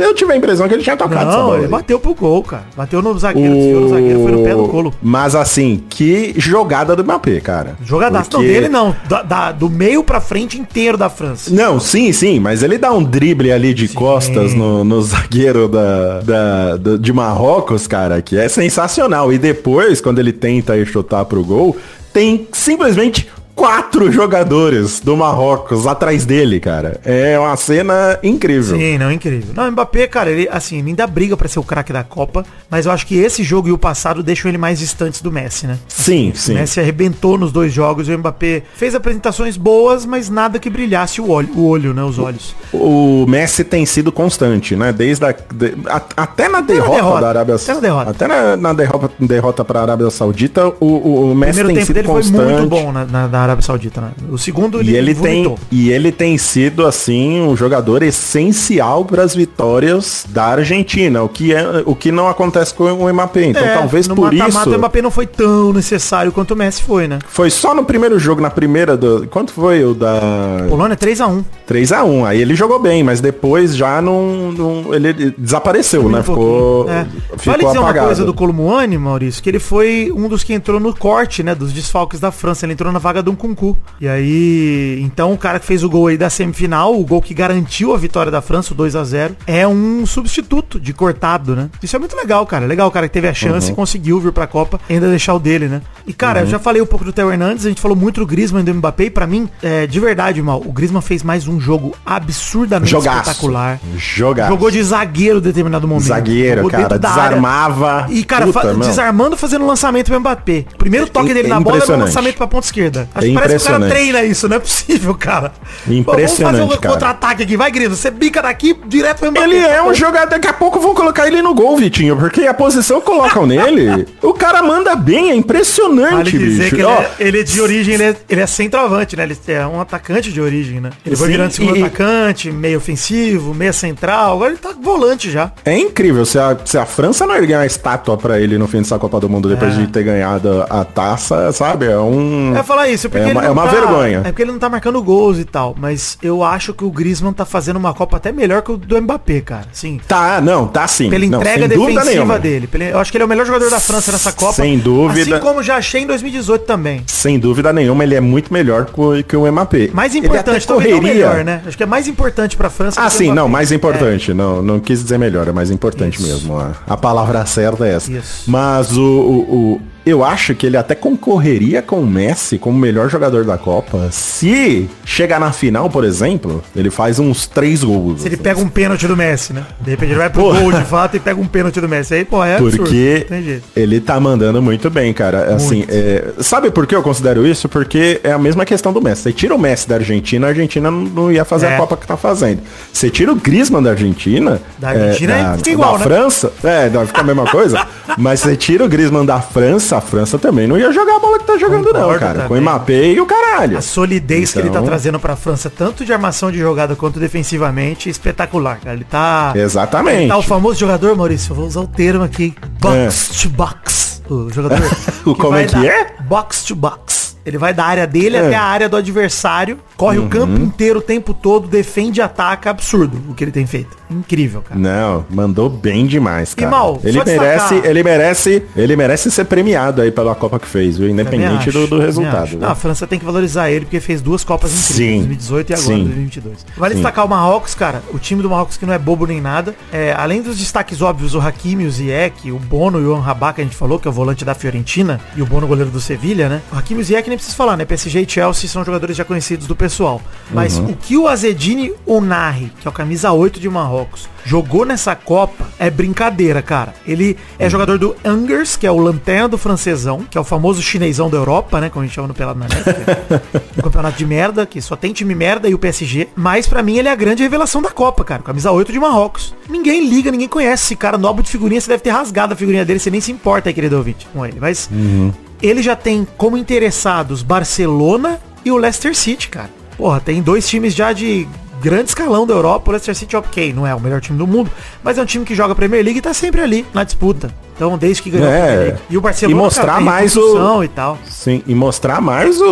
Speaker 2: eu tive a impressão que ele tinha tocado essa
Speaker 3: Não,
Speaker 2: bola.
Speaker 3: ele
Speaker 2: aí.
Speaker 3: bateu pro gol, cara. Bateu no zagueiro, desviou no zagueiro, foi no pé do colo.
Speaker 2: Mas assim, que jogada do Mbappé, cara.
Speaker 3: Jogadaço. Não,
Speaker 2: Porque-
Speaker 3: dele não. Da, da- do meio pra frente inteiro da França.
Speaker 2: Não, sim, sim, mas ele dá um drible ali de costas no, no zagueiro da, da- do- de Marrocos, cara, que é sensacional. E depois, quando ele tenta ir chutar pro gol, tem simplesmente quatro jogadores do Marrocos atrás dele, cara. É uma cena incrível.
Speaker 3: Sim, não, é incrível. Não, o Mbappé, cara, ele, assim, ele ainda briga pra ser o craque da Copa, mas eu acho que esse jogo e o passado deixam ele mais distantes do Messi, né?
Speaker 2: Sim, sim.
Speaker 3: O Messi arrebentou nos dois jogos e o Mbappé fez apresentações boas, mas nada que brilhasse o olho, o olho né? Os olhos.
Speaker 2: O Messi tem sido constante, né? Desde a, de- a- até na derrota,
Speaker 3: derrota,
Speaker 2: da Arábia
Speaker 3: até na derrota.
Speaker 2: Até na, na derrota, derrota para a Arábia Saudita, o, o, o
Speaker 3: O
Speaker 2: Messi
Speaker 3: primeiro
Speaker 2: tem
Speaker 3: tempo
Speaker 2: sido
Speaker 3: dele
Speaker 2: constante.
Speaker 3: foi muito bom na, na- na Arábia Saudita, né? O segundo
Speaker 2: E ele, tem,
Speaker 3: vomitou.
Speaker 2: e ele tem sido, assim, um jogador essencial para as vitórias da Argentina, o que, é, o que não acontece com o Mbappé. Então,
Speaker 3: É,
Speaker 2: talvez
Speaker 3: no
Speaker 2: por
Speaker 3: mata-mata,
Speaker 2: isso...
Speaker 3: o Mbappé não foi tão necessário quanto o Messi foi, né?
Speaker 2: Foi só no primeiro jogo, na primeira... Do, quanto foi o da...
Speaker 3: Polônia 3x1.
Speaker 2: 3x1. Aí ele jogou bem, mas depois já não. não- ele desapareceu, né?
Speaker 3: Um
Speaker 2: Ficou.
Speaker 3: pouquinho. É.
Speaker 2: Ficou
Speaker 3: vale dizer
Speaker 2: apagado.
Speaker 3: uma coisa do Colomboani, Maurício, que ele foi um dos que entrou no corte, né, dos desfalques da França. Ele entrou na vaga do Nkunku. E aí, então o cara que fez o gol aí da semifinal, o gol que garantiu a vitória da França, o 2 a 0 é um substituto de cortado, né? Isso é muito legal, cara. Legal o cara que teve a chance e
Speaker 2: Uhum.
Speaker 3: conseguiu vir pra Copa, ainda deixar o dele, né? E cara, eu já falei um pouco do Theo Hernandes, a gente falou muito do Griezmann e do Mbappé, e pra mim, é, de verdade, mal, o Griezmann fez mais um jogo absurdamente
Speaker 2: Jogaço.
Speaker 3: espetacular.
Speaker 2: Jogaço.
Speaker 3: Jogou de zagueiro em determinado momento.
Speaker 2: Zagueiro,
Speaker 3: Jogou
Speaker 2: cara.
Speaker 3: dentro da área.
Speaker 2: Desarmava.
Speaker 3: E, cara,
Speaker 2: Puta,
Speaker 3: fa-
Speaker 2: meu.
Speaker 3: desarmando, fazendo um lançamento pro Mbappé. O primeiro toque
Speaker 2: É-
Speaker 3: dele
Speaker 2: é
Speaker 3: na bola era um
Speaker 2: impressionante.
Speaker 3: lançamento pra ponta esquerda. Acho
Speaker 2: É
Speaker 3: que parece que o cara
Speaker 2: impressionante.
Speaker 3: treina isso, não é possível, cara. Pô,
Speaker 2: Impressionante,
Speaker 3: Vamos fazer um
Speaker 2: cara.
Speaker 3: contra-ataque aqui, vai, Grilo. Você bica daqui direto pro Mbappé.
Speaker 2: Ele é um
Speaker 3: Pô,
Speaker 2: jogador. Daqui a pouco vão colocar ele no gol, Vitinho, porque a posição que colocam nele. O cara manda bem, é impressionante,
Speaker 3: Vale dizer
Speaker 2: bicho.
Speaker 3: que ele,
Speaker 2: Ó,
Speaker 3: é, ele é de origem, ele é, ele é centroavante, né? Ele é um atacante de origem, né? Ele foi
Speaker 2: Sim,
Speaker 3: virando segundo
Speaker 2: e-
Speaker 3: atacante, meio ofensivo, meia central. Agora ele tá volante já.
Speaker 2: É incrível, se a, se a França não erguer uma estátua pra ele no fim dessa Copa do Mundo depois
Speaker 3: É.
Speaker 2: de ter ganhado a taça, sabe? É um.
Speaker 3: É falar isso, porque
Speaker 2: É uma-
Speaker 3: ele não
Speaker 2: é uma
Speaker 3: tá-
Speaker 2: vergonha.
Speaker 3: É porque ele não tá marcando gols e tal, mas eu acho que o Griezmann tá fazendo uma Copa até melhor que o do Mbappé, cara. Sim.
Speaker 2: Tá, não, tá sim.
Speaker 3: Pela
Speaker 2: não, sem
Speaker 3: entrega
Speaker 2: dúvida
Speaker 3: defensiva
Speaker 2: nenhuma.
Speaker 3: dele. pela- Eu acho que ele é o melhor jogador da França nessa Copa.
Speaker 2: Sem dúvida.
Speaker 3: Assim como já achei em 2018 também.
Speaker 2: Sem dúvida nenhuma, ele é muito melhor co- que o MAP.
Speaker 3: Mais
Speaker 2: ele até
Speaker 3: importante, também
Speaker 2: correria.
Speaker 3: não melhor, né? Acho que é mais importante pra França.
Speaker 2: Ah,
Speaker 3: que o
Speaker 2: sim,
Speaker 3: Mbappé.
Speaker 2: não, mais importante. Não, não quis dizer melhor, é mais importante
Speaker 3: Isso.
Speaker 2: mesmo. A, a palavra certa é essa.
Speaker 3: Isso.
Speaker 2: Mas o, o- o- eu acho que ele até concorreria com o Messi como melhor jogador da Copa. Se chegar na final, por exemplo, ele faz uns três gols. assim.
Speaker 3: Se ele pega um pênalti do Messi, né? De repente ele vai pro gol de fato e pega um pênalti do Messi. Aí, pô, é absurdo.
Speaker 2: Porque
Speaker 3: Não tem jeito.
Speaker 2: ele tá mandando muito bem, cara. Assim, é, sabe por que eu considero isso? Porque é a mesma questão do Messi. Você tira o Messi da Argentina, a Argentina não- não ia fazer
Speaker 3: É.
Speaker 2: a Copa que tá fazendo. Você tira o Griezmann da Argentina,
Speaker 3: Da Argentina
Speaker 2: é,
Speaker 3: fica igual,
Speaker 2: da
Speaker 3: né?
Speaker 2: França, é, não, fica a mesma coisa. Mas você tira o Griezmann da França, a França também não ia jogar a bola que tá jogando não,
Speaker 3: Concordo
Speaker 2: cara. Com o
Speaker 3: também.
Speaker 2: Mbappé e o caralho.
Speaker 3: A solidez que ele tá
Speaker 2: Então-
Speaker 3: trazendo pra França, tanto de armação de jogada quanto defensivamente, é espetacular, cara. Ele tá.
Speaker 2: Exatamente.
Speaker 3: Ele tá o famoso jogador, Maurício, eu vou usar o termo aqui. Box to box. O jogador.
Speaker 2: É. O como
Speaker 3: vai
Speaker 2: é que
Speaker 3: dar
Speaker 2: é?
Speaker 3: Box to box. Ele vai da área dele
Speaker 2: É. Uhum.
Speaker 3: até a área do adversário, corre o campo inteiro o tempo todo, defende e ataca. Absurdo o que ele tem feito. Incrível, cara.
Speaker 2: Não, mandou bem demais, cara.
Speaker 3: mal,
Speaker 2: ele
Speaker 3: só destacar-
Speaker 2: merece, ele merece, ele merece ser premiado aí pela Copa que fez, viu?
Speaker 3: Também
Speaker 2: independente
Speaker 3: acho,
Speaker 2: do, do
Speaker 3: também
Speaker 2: resultado.
Speaker 3: acho.
Speaker 2: né?
Speaker 3: Não, a França tem que valorizar ele, porque fez duas Copas incríveis,
Speaker 2: Sim.
Speaker 3: 2018 e agora
Speaker 2: Sim.
Speaker 3: 2022. Vale
Speaker 2: Sim.
Speaker 3: destacar o Marrocos, cara, o time do Marrocos que não é bobo nem nada. É, além dos destaques óbvios, o Hakimi, o Ziyech, o Bono e o Anrabá, que a gente falou, que é o volante da Fiorentina, e o Bono goleiro do Sevilha, né? O Hakimi e o Ziyech nem preciso falar, né? PSG e Chelsea são jogadores já conhecidos do pessoal. Mas o que o Azedine Onari, que é o camisa 8 de Marrocos, jogou nessa Copa é brincadeira, cara. Ele é jogador do Angers, que é o lanterna do francesão, que é o famoso chinesão da Europa, né? Como a gente chama no Pelado na Net, né? um campeonato de merda, que só tem time merda e o PSG. Mas pra mim ele é a grande revelação da Copa, cara. Camisa 8 de Marrocos. Ninguém liga, ninguém conhece esse cara. Nobre de figurinha, você deve ter rasgado a figurinha dele, você nem se importa aí, querido ouvinte, com ele. Mas
Speaker 2: Uhum.
Speaker 3: ele já tem como interessados Barcelona e o Leicester City, cara. Porra, tem dois times já de grande escalão da Europa. O Leicester City, ok, não é o melhor time do mundo, mas é um time que joga Premier League e tá sempre ali na disputa. Então, desde que ganhou a
Speaker 2: É.
Speaker 3: Premier League. E o Barcelona
Speaker 2: E mostrar
Speaker 3: tem
Speaker 2: mais o-
Speaker 3: reconstrução e tal.
Speaker 2: Sim, e mostrar mais o,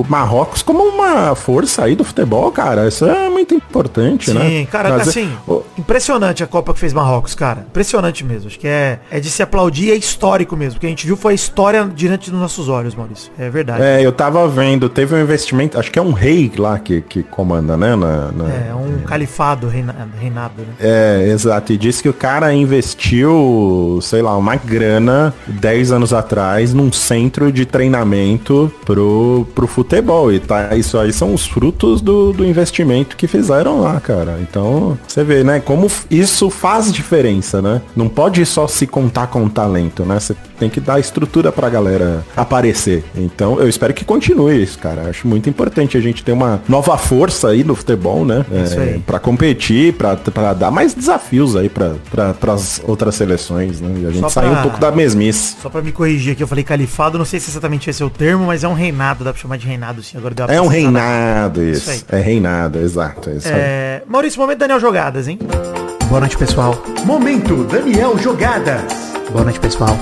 Speaker 2: o Marrocos como uma força aí do futebol, cara. Isso é muito importante, né?
Speaker 3: Sim, cara,
Speaker 2: Mas,
Speaker 3: assim,
Speaker 2: o-
Speaker 3: impressionante a Copa que fez Marrocos, cara. Impressionante mesmo. Acho que é, é de se aplaudir e é histórico mesmo. O que a gente viu foi a história diante dos nossos olhos, Maurício. É verdade.
Speaker 2: É, eu tava vendo, teve um investimento, acho que é um rei lá que, que comanda, né? na- na-
Speaker 3: É, um califado reina- reinado, né?
Speaker 2: É, exato. E disse que o cara investiu, sei lá, uma grana 10 anos atrás num centro de treinamento pro, pro futebol. E tá, isso aí são os frutos do, do investimento que fizeram lá, cara. Então, você vê, né? Como f- isso faz diferença, né? Não pode só se contar com talento, né? Você tem que dar estrutura pra galera aparecer. Então, eu espero que continue isso, cara. Acho muito importante a gente ter uma nova força aí no futebol, né?
Speaker 3: Isso aí.
Speaker 2: Pra competir, pra, pra dar mais desafios aí pra, pra, pras outras seleções, né? E a gente
Speaker 3: Só
Speaker 2: sair
Speaker 3: pra-
Speaker 2: um pouco da mesmice.
Speaker 3: Só pra me corrigir aqui, eu falei califado, não sei se exatamente esse é o termo, mas é um reinado, dá pra chamar de reinado sim. Agora deu uma
Speaker 2: É um
Speaker 3: pesquisada.
Speaker 2: reinado
Speaker 3: Isso
Speaker 2: isso.
Speaker 3: aí.
Speaker 2: é reinado, exato. É isso aí.
Speaker 3: É, Maurício, momento Daniel Jogadas, hein?
Speaker 5: Boa noite, pessoal.
Speaker 4: Momento Daniel Jogadas.
Speaker 5: Boa noite, pessoal.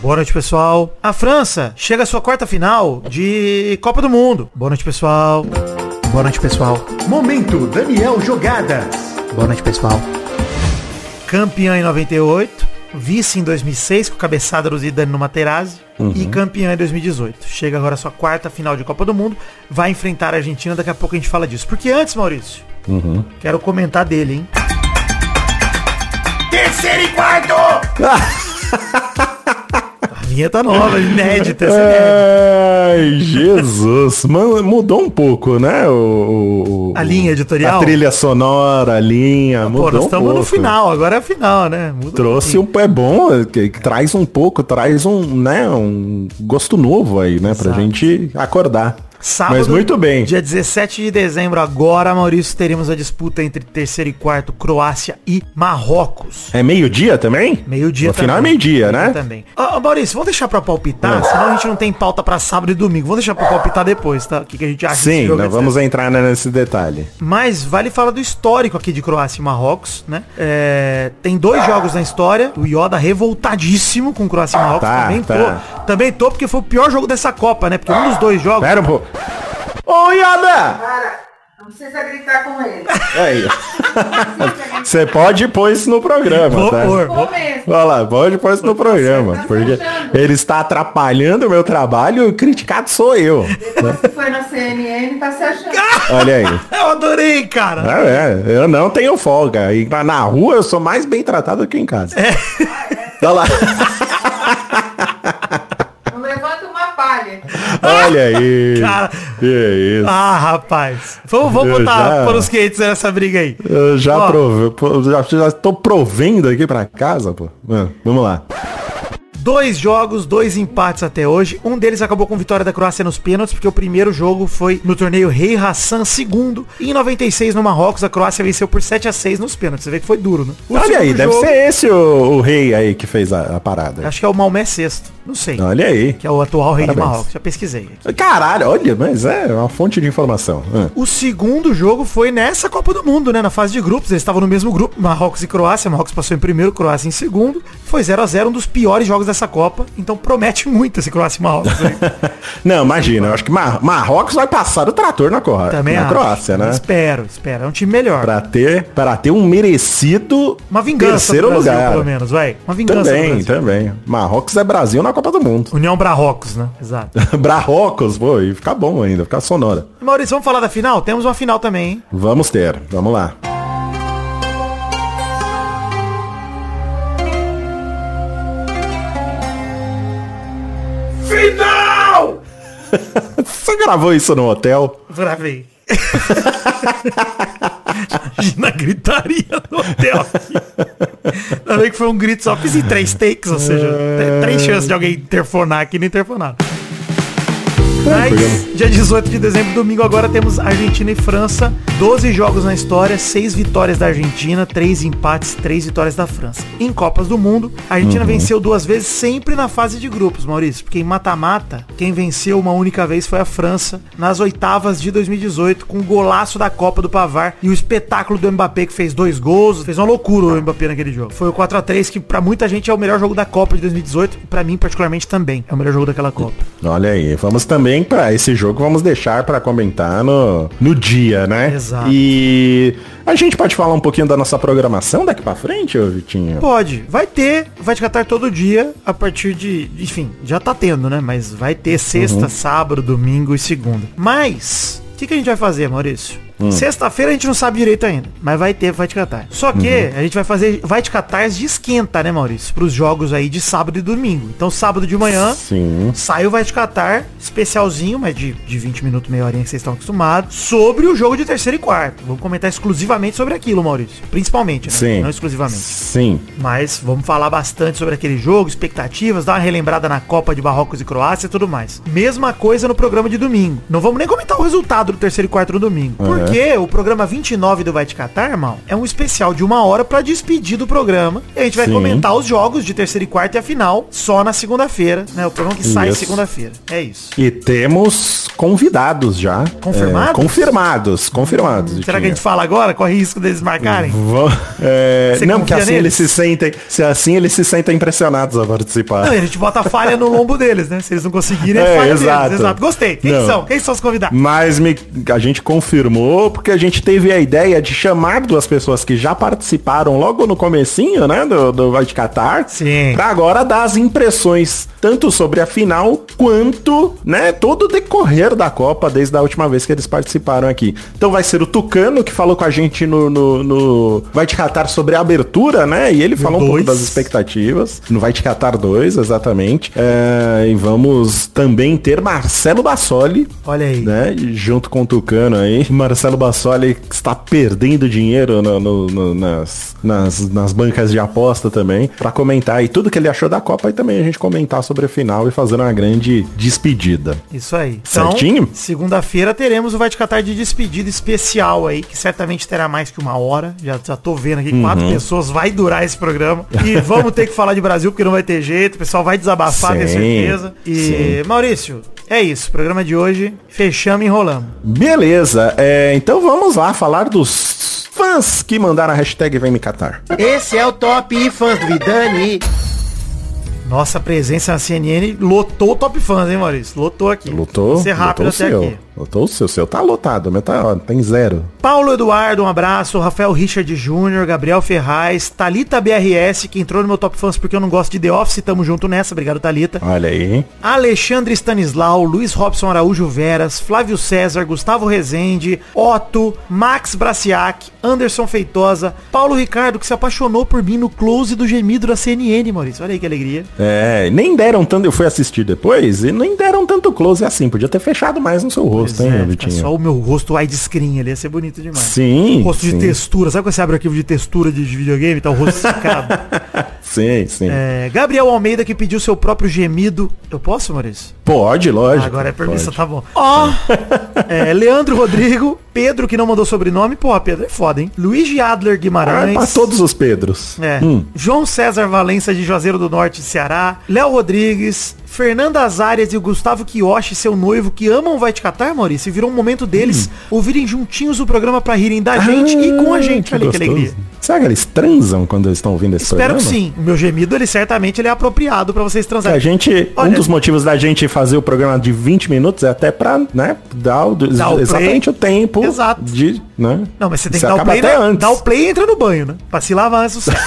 Speaker 3: Boa noite, pessoal. A França chega à sua quarta final de Copa do Mundo. Boa noite, pessoal.
Speaker 5: Boa noite, pessoal.
Speaker 4: Momento Daniel Jogadas.
Speaker 5: Boa noite, pessoal.
Speaker 3: Campeã em 98, vice em 2006 com cabeçada do Zidane no Materazzi e
Speaker 2: Uhum.
Speaker 3: campeã em 2018. Chega agora à sua quarta final de Copa do Mundo, vai enfrentar a Argentina, daqui a pouco a gente fala disso. Porque antes, Maurício,
Speaker 2: Uhum.
Speaker 3: quero comentar dele, hein?
Speaker 4: Terceiro e quarto.
Speaker 3: A vinheta nova, inédita, essa é inédita.
Speaker 2: Ai, Jesus. Mano, mudou um pouco, né? O, o-
Speaker 3: A linha editorial?
Speaker 2: A trilha sonora, a linha. mudou
Speaker 3: Pô, nós
Speaker 2: um
Speaker 3: estamos no
Speaker 2: pouco.
Speaker 3: final, agora é a final, né? Muda um
Speaker 2: Trouxe
Speaker 3: pouquinho.
Speaker 2: um é bom, que, que traz um pouco, traz um, né, um gosto novo aí, né, pra
Speaker 3: Exato.
Speaker 2: gente acordar.
Speaker 3: Sábado,
Speaker 2: Mas muito bem.
Speaker 3: Dia 17 de dezembro, agora, Maurício, teremos a disputa entre terceiro e quarto, Croácia e Marrocos.
Speaker 2: É meio-dia também?
Speaker 3: Meio-dia
Speaker 2: No final é
Speaker 3: também.
Speaker 2: meio-dia, né? É.
Speaker 3: Também. Ó, ó, Maurício, vamos deixar pra palpitar, senão a gente não tem pauta pra sábado e domingo. Vamos deixar pra palpitar depois, tá? O que, que a gente acha desse
Speaker 2: Sim,
Speaker 3: jogo,
Speaker 2: nós
Speaker 3: etc.
Speaker 2: vamos entrar né, nesse detalhe.
Speaker 3: Mas vale falar do histórico aqui de Croácia e Marrocos, né? É, tem dois jogos na história. O Yoda revoltadíssimo com Croácia e Marrocos.
Speaker 2: Tá,
Speaker 3: também
Speaker 2: tá.
Speaker 3: tô. Também tô, porque foi o pior jogo dessa Copa, né? Porque um dos dois jogos.
Speaker 2: Pera um pouco. Ô, Yada!
Speaker 6: Para, não precisa gritar com ele.
Speaker 2: Aí,
Speaker 6: Não precisa gritar
Speaker 2: você pode pôr isso no programa,
Speaker 3: Vou
Speaker 2: tá?
Speaker 3: pôr, vou-
Speaker 6: com ele.
Speaker 2: Olha lá, pode pôr isso no programa,
Speaker 6: tá
Speaker 2: porque
Speaker 6: certo.
Speaker 2: ele está atrapalhando o meu trabalho e o criticado sou eu.
Speaker 6: Você foi na CNN, tá se achando.
Speaker 2: Olha aí.
Speaker 3: Eu adorei, cara.
Speaker 2: Ah, é, eu não tenho folga. E na- na rua eu sou mais bem tratado do que em casa.
Speaker 3: É.
Speaker 2: Olha lá.
Speaker 6: Não levanta uma palha.
Speaker 2: Olha aí.
Speaker 3: Cara.
Speaker 2: Que isso.
Speaker 3: Tá. Ah, rapaz. Vamos, vamos
Speaker 2: Eu
Speaker 3: botar
Speaker 2: já-
Speaker 3: para os quentes nessa briga aí.
Speaker 2: Eu já,
Speaker 3: Ó.
Speaker 2: prove- pro- já, já tô provendo aqui pra casa, pô. Mano, vamos lá.
Speaker 3: Dois jogos, dois empates até hoje. Um deles acabou com vitória da Croácia nos pênaltis, porque o primeiro jogo foi no torneio Rei Hassan II. E em 96, no Marrocos, a Croácia venceu por 7 a 6 nos pênaltis. Você vê que foi duro, né? O
Speaker 2: Olha aí,
Speaker 3: segundo
Speaker 2: deve
Speaker 3: jogo-
Speaker 2: ser esse o, o rei aí que fez a, a parada.
Speaker 3: Acho que é o Malmé sexto. Não sei.
Speaker 2: Olha aí.
Speaker 3: Que é o atual rei de
Speaker 2: Ah. Parabéns.
Speaker 3: Marrocos. Já pesquisei.
Speaker 2: Caralho, olha, mas é uma fonte de informação. Ah.
Speaker 3: O segundo jogo foi nessa Copa do Mundo, né? Na fase de grupos. Eles estavam no mesmo grupo, Marrocos e Croácia. Marrocos passou em primeiro, Croácia em segundo. Foi 0 a 0 um dos piores jogos dessa Copa. Então promete muito esse Croácia e Marrocos. né?
Speaker 2: Não, imagina, eu acho que Mar- Marrocos vai passar o trator na, Cor
Speaker 3: Também
Speaker 2: na
Speaker 3: acho.
Speaker 2: Croácia, né?
Speaker 3: Espero, espero. É um time melhor.
Speaker 2: Pra ter, pra ter um merecido
Speaker 3: Uma vingança
Speaker 2: terceiro
Speaker 3: pro Brasil,
Speaker 2: lugar.
Speaker 3: pelo menos, vai. Uma vingança pro
Speaker 2: Também, então.
Speaker 3: Brasil.
Speaker 2: também. Marrocos é Brasil na Copa do Mundo.
Speaker 3: União Brarrocos, né? Exato.
Speaker 2: Marrocos, pô, e ficar bom ainda, ficar sonora.
Speaker 3: Maurício, vamos falar da final? Temos uma final também, hein?
Speaker 2: Vamos ter, vamos lá.
Speaker 4: Final!
Speaker 2: Você gravou isso no hotel?
Speaker 3: Gravei. Imagina a gritaria no hotel aqui. Ainda bem que foi um grito só, fiz em três takes, ou seja, t- três chances de alguém interfonar aqui e não interfonar. Mas, dia 18 de dezembro, domingo, agora temos Argentina e França. 12 jogos na história, 6 vitórias da Argentina, 3 empates, 3 vitórias da França. Em Copas do Mundo, a Argentina venceu duas vezes, sempre na fase de grupos, Maurício. Porque em mata-mata, quem venceu uma única vez foi a França, nas oitavas de 2018, com o golaço da Copa do Pavar e o espetáculo do Mbappé, que fez dois gols. Fez uma loucura o Mbappé naquele jogo. Foi o 4x3, que pra muita gente é o melhor jogo da Copa de 2018, e pra mim, particularmente, também. É o melhor jogo daquela Copa.
Speaker 2: Olha aí, vamos também pra esse jogo, vamos deixar pra comentar no, no dia, né?
Speaker 3: Exato.
Speaker 2: E a gente pode falar um pouquinho da nossa programação daqui pra frente, ô Vitinho?
Speaker 3: Pode. Vai ter, vai te catar todo dia, a partir de. Enfim, já tá tendo, né? Mas vai
Speaker 2: Uhum.
Speaker 3: ter sexta, sábado, domingo e segunda. Mas, o que, que a gente vai fazer, Maurício?
Speaker 2: Hum.
Speaker 3: Sexta-feira a gente não sabe direito ainda, mas vai ter Vai Te Catar. Só que
Speaker 2: Uhum.
Speaker 3: a gente vai fazer Vai Te Catar de esquenta, né, Maurício? Pros jogos aí de sábado e domingo. Então, sábado de manhã,
Speaker 2: Sim.
Speaker 3: Saiu o Vai Te Catar, especialzinho, mas de, de 20 minutos, meia horinha que vocês estão acostumados, sobre o jogo de terceiro e quarto. Vamos comentar exclusivamente sobre aquilo, Maurício. Principalmente, né?
Speaker 2: Sim.
Speaker 3: Não exclusivamente.
Speaker 2: Sim.
Speaker 3: Mas vamos falar bastante sobre aquele jogo, expectativas, dar uma relembrada na Copa de Marrocos e Croácia e tudo mais. Mesma coisa no programa de domingo. Não vamos nem comentar o resultado do terceiro e quarto no domingo.
Speaker 2: Uhum.
Speaker 3: Porque o programa 29 do Vai Te Catar, irmão, é um especial de uma hora pra despedir do programa. E a gente vai
Speaker 2: Sim.
Speaker 3: comentar os jogos de terceiro e quarto e a final só na segunda-feira, né? O programa que sai
Speaker 2: Isso.
Speaker 3: segunda-feira. É isso.
Speaker 2: E temos convidados já.
Speaker 3: Confirmados?
Speaker 2: É, confirmados, confirmados.
Speaker 3: Será que a
Speaker 2: Vitinho.
Speaker 3: gente fala agora? Corre risco deles marcarem?
Speaker 2: Vão- é,
Speaker 3: Você
Speaker 2: não, porque
Speaker 3: confia
Speaker 2: assim
Speaker 3: neles?
Speaker 2: eles se sentem. Se assim eles se sentem impressionados a participar.
Speaker 3: Não, a gente bota a falha no lombo deles, né? Se eles não conseguirem, é,
Speaker 2: É,
Speaker 3: falha
Speaker 2: exato.
Speaker 3: deles. Exato. Gostei. Quem
Speaker 2: Não.
Speaker 3: são? Quem são os convidados?
Speaker 2: Mas me- a gente confirmou porque a gente teve a ideia de chamar duas pessoas que já participaram logo no comecinho, né, do, do Vai de Catar.
Speaker 3: Sim.
Speaker 2: Pra agora dar as impressões, tanto sobre a final, quanto, né, todo o decorrer da Copa desde a última vez que eles participaram aqui. Então vai ser o Tucano, que falou com a gente no, no, no Vai de Catar sobre a abertura, né, e ele falou um pouco
Speaker 3: dois.
Speaker 2: das expectativas. No Vai Te Catar 2, exatamente. É, e vamos também ter Marcelo Bassoli,
Speaker 3: Olha aí.
Speaker 2: né? E Junto com o Tucano aí. Marcelo Bassoli que está perdendo dinheiro no- no- no- nas, nas, nas bancas de aposta também. Pra comentar e tudo que ele achou da Copa e também a gente comentar sobre a final e fazer uma grande despedida.
Speaker 3: Isso aí. Então,
Speaker 2: Certinho?
Speaker 3: segunda-feira teremos o Vai Te Catar de despedida especial aí, que certamente terá mais que uma hora. Já, já tô vendo aqui, quatro
Speaker 2: Uhum.
Speaker 3: pessoas. Vai durar esse programa. E vamos ter que falar de Brasil, porque não vai ter jeito. O pessoal vai desabafar,
Speaker 2: Sim,
Speaker 3: tenho certeza. E,
Speaker 2: sim.
Speaker 3: Maurício, é isso. Programa de hoje, fechamos e enrolamos.
Speaker 2: Beleza, é, então vamos lá falar dos fãs que mandaram a hashtag Vem Me Catar.
Speaker 7: Esse é o top fãs do Vidani.
Speaker 3: Nossa presença na CNN lotou o Top Fãs, hein, Maurício? Lotou aqui.
Speaker 2: Lutou?
Speaker 3: Você
Speaker 2: lutou
Speaker 3: rápido
Speaker 2: o
Speaker 3: até
Speaker 2: seu.
Speaker 3: aqui.
Speaker 2: Lutou o seu. O seu tá lotado, o meu tá, ó, tem zero.
Speaker 3: Paulo Eduardo, um abraço. Rafael Richard Júnior, Gabriel Ferraz, Thalita BRS, que entrou no meu Top Fãs porque eu não gosto de The Office, tamo junto nessa, obrigado Thalita.
Speaker 2: Olha aí.
Speaker 3: Alexandre Stanislau, Luiz Robson Araújo Veras, Flávio César, Gustavo Rezende, Otto, Max Braciac, Anderson Feitosa, Paulo Ricardo, que se apaixonou por mim no close do gemido da CNN, Maurício. Olha aí que alegria.
Speaker 2: É, nem deram tanto, eu fui assistir depois e nem deram tanto close assim, podia ter fechado mais no seu rosto, hein,
Speaker 3: É, fica
Speaker 2: Tá Vitinho?
Speaker 3: só o meu rosto widescreen ali, ia ser bonito demais.
Speaker 2: Sim,
Speaker 3: Rosto
Speaker 2: sim.
Speaker 3: de textura, sabe quando você abre o arquivo de textura de videogame, tá o rosto esticado.
Speaker 2: Sim, sim.
Speaker 3: É, Gabriel Almeida que pediu seu próprio gemido. Eu posso, Maurício?
Speaker 2: Pode, lógico.
Speaker 3: Agora é permissão,
Speaker 2: pode.
Speaker 3: tá bom. Ó! É, Leandro Rodrigo, Pedro que não mandou sobrenome. Porra, Pedro é foda, hein? Luigi Adler
Speaker 2: Ah,
Speaker 3: Guimarães.
Speaker 2: pra todos os Pedros.
Speaker 3: É.
Speaker 2: Hum,
Speaker 3: João César Valença de Juazeiro do Norte, Ceará. Léo Rodrigues, Fernanda Azarias e o Gustavo Kiyoshi, seu noivo, que amam o Vai Te Catar, Maurício, e virou um momento deles
Speaker 2: Hum.
Speaker 3: ouvirem juntinhos o programa pra rirem da gente e com a gente.
Speaker 2: Ah, Que
Speaker 3: Olha que
Speaker 2: gostoso.
Speaker 3: alegria.
Speaker 2: Será que eles transam quando eles estão ouvindo esse
Speaker 3: Espero
Speaker 2: programa?
Speaker 3: que sim. O meu gemido, ele certamente ele é apropriado pra vocês
Speaker 2: Que A
Speaker 3: transarem.
Speaker 2: gente, um
Speaker 3: Olha-
Speaker 2: dos motivos da gente fazer o programa de 20 minutos é até pra, né, dar o,
Speaker 3: Dar o
Speaker 2: exatamente
Speaker 3: play.
Speaker 2: o tempo
Speaker 3: Exato.
Speaker 2: de, né?
Speaker 3: Não, mas você tem
Speaker 2: Isso
Speaker 3: que dar o
Speaker 2: acaba
Speaker 3: play,
Speaker 2: até
Speaker 3: né?
Speaker 2: antes.
Speaker 3: Dá o play e entra no banho, né? Pra se lavar antes do sexo.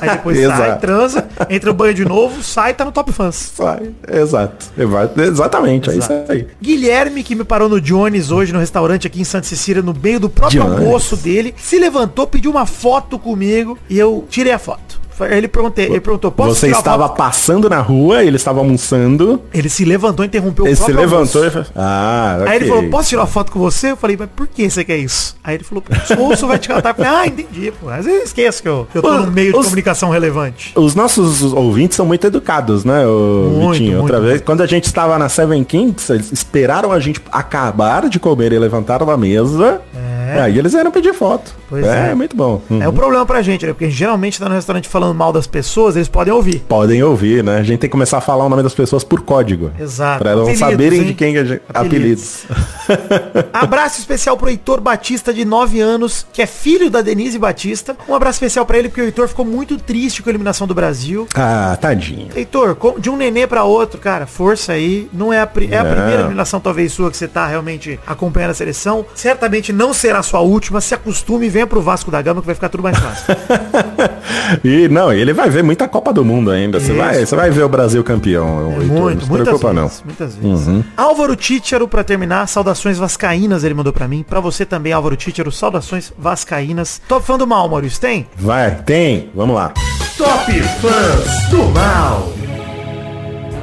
Speaker 3: Aí depois sai,
Speaker 2: Exato.
Speaker 3: transa, entra no banho de novo, sai e tá no top fãs.
Speaker 2: Vai, Exato. Vai- Exatamente, é isso aí.
Speaker 3: Guilherme, que me parou no Jones hoje no restaurante aqui em Santa Cecília, no meio do próprio
Speaker 2: Jones.
Speaker 3: almoço dele, se levantou, pediu uma foto comigo e eu tirei a foto. Ele, perguntei, ele perguntou, posso
Speaker 2: Você
Speaker 3: tirar a
Speaker 2: estava
Speaker 3: foto?
Speaker 2: passando na rua, ele estava almoçando,
Speaker 3: Ele se levantou, interrompeu
Speaker 2: ele
Speaker 3: o
Speaker 2: se
Speaker 3: próprio
Speaker 2: levantou
Speaker 3: almoço.
Speaker 2: e falou... Ah,
Speaker 3: Aí ele
Speaker 2: ok.
Speaker 3: falou, posso tirar uma foto com você? Eu falei, mas por que você quer isso? Aí ele falou, ouço vai te catar. Eu falei, ah, entendi, pô. Mas eu esqueço que eu, eu tô
Speaker 2: Os-
Speaker 3: no meio de
Speaker 2: os-
Speaker 3: comunicação relevante.
Speaker 2: Os nossos ouvintes são muito educados, né, o
Speaker 3: Muito,
Speaker 2: Vitinho?
Speaker 3: muito,
Speaker 2: Outra
Speaker 3: muito.
Speaker 2: vez, quando a gente estava na Seven Kings, eles esperaram a gente acabar de comer e levantaram da mesa.
Speaker 3: É.
Speaker 2: Aí eles eram pedir foto.
Speaker 3: Pois
Speaker 2: é,
Speaker 3: é.
Speaker 2: muito bom. Uhum.
Speaker 3: É um problema pra gente, né? Porque geralmente tá no restaurante falando mal das pessoas, eles podem ouvir.
Speaker 2: Podem ouvir, né? A gente tem que começar a falar o nome das pessoas por código.
Speaker 3: Exato.
Speaker 2: Pra elas não
Speaker 3: Apelidos,
Speaker 2: saberem
Speaker 3: hein?
Speaker 2: de quem a gente...
Speaker 3: Apelidos.
Speaker 2: Apelidos.
Speaker 3: Abraço especial pro Heitor Batista, de 9 anos, que é filho da Denise Batista. Um abraço especial pra ele, porque o Heitor ficou muito triste com a eliminação do Brasil.
Speaker 2: Ah, tadinho.
Speaker 3: Heitor, com- de um nenê pra outro, cara, força aí. Não é a, pri- é a
Speaker 2: Não.
Speaker 3: primeira eliminação, talvez, sua que você tá realmente acompanhando a seleção. Certamente não será a sua última. Se acostume e venha pro Vasco da Gama, que vai ficar tudo mais fácil.
Speaker 2: E não, ele vai ver muita Copa do Mundo ainda. Você
Speaker 3: Isso.
Speaker 2: vai, você vai ver o Brasil campeão.
Speaker 3: É
Speaker 2: Heitor. não
Speaker 3: muito,
Speaker 2: se
Speaker 3: muitas
Speaker 2: preocupa, não. Uhum.
Speaker 3: vezes. Muitas vezes. Álvaro Títiaro, pra terminar, saudações vascaínas ele mandou pra mim. Pra você também, Álvaro Títiaro, saudações vascaínas. Tô fã do mal, Maurício, tem?
Speaker 2: Vai, tem. Vamos lá.
Speaker 4: Top Fãs do Mal.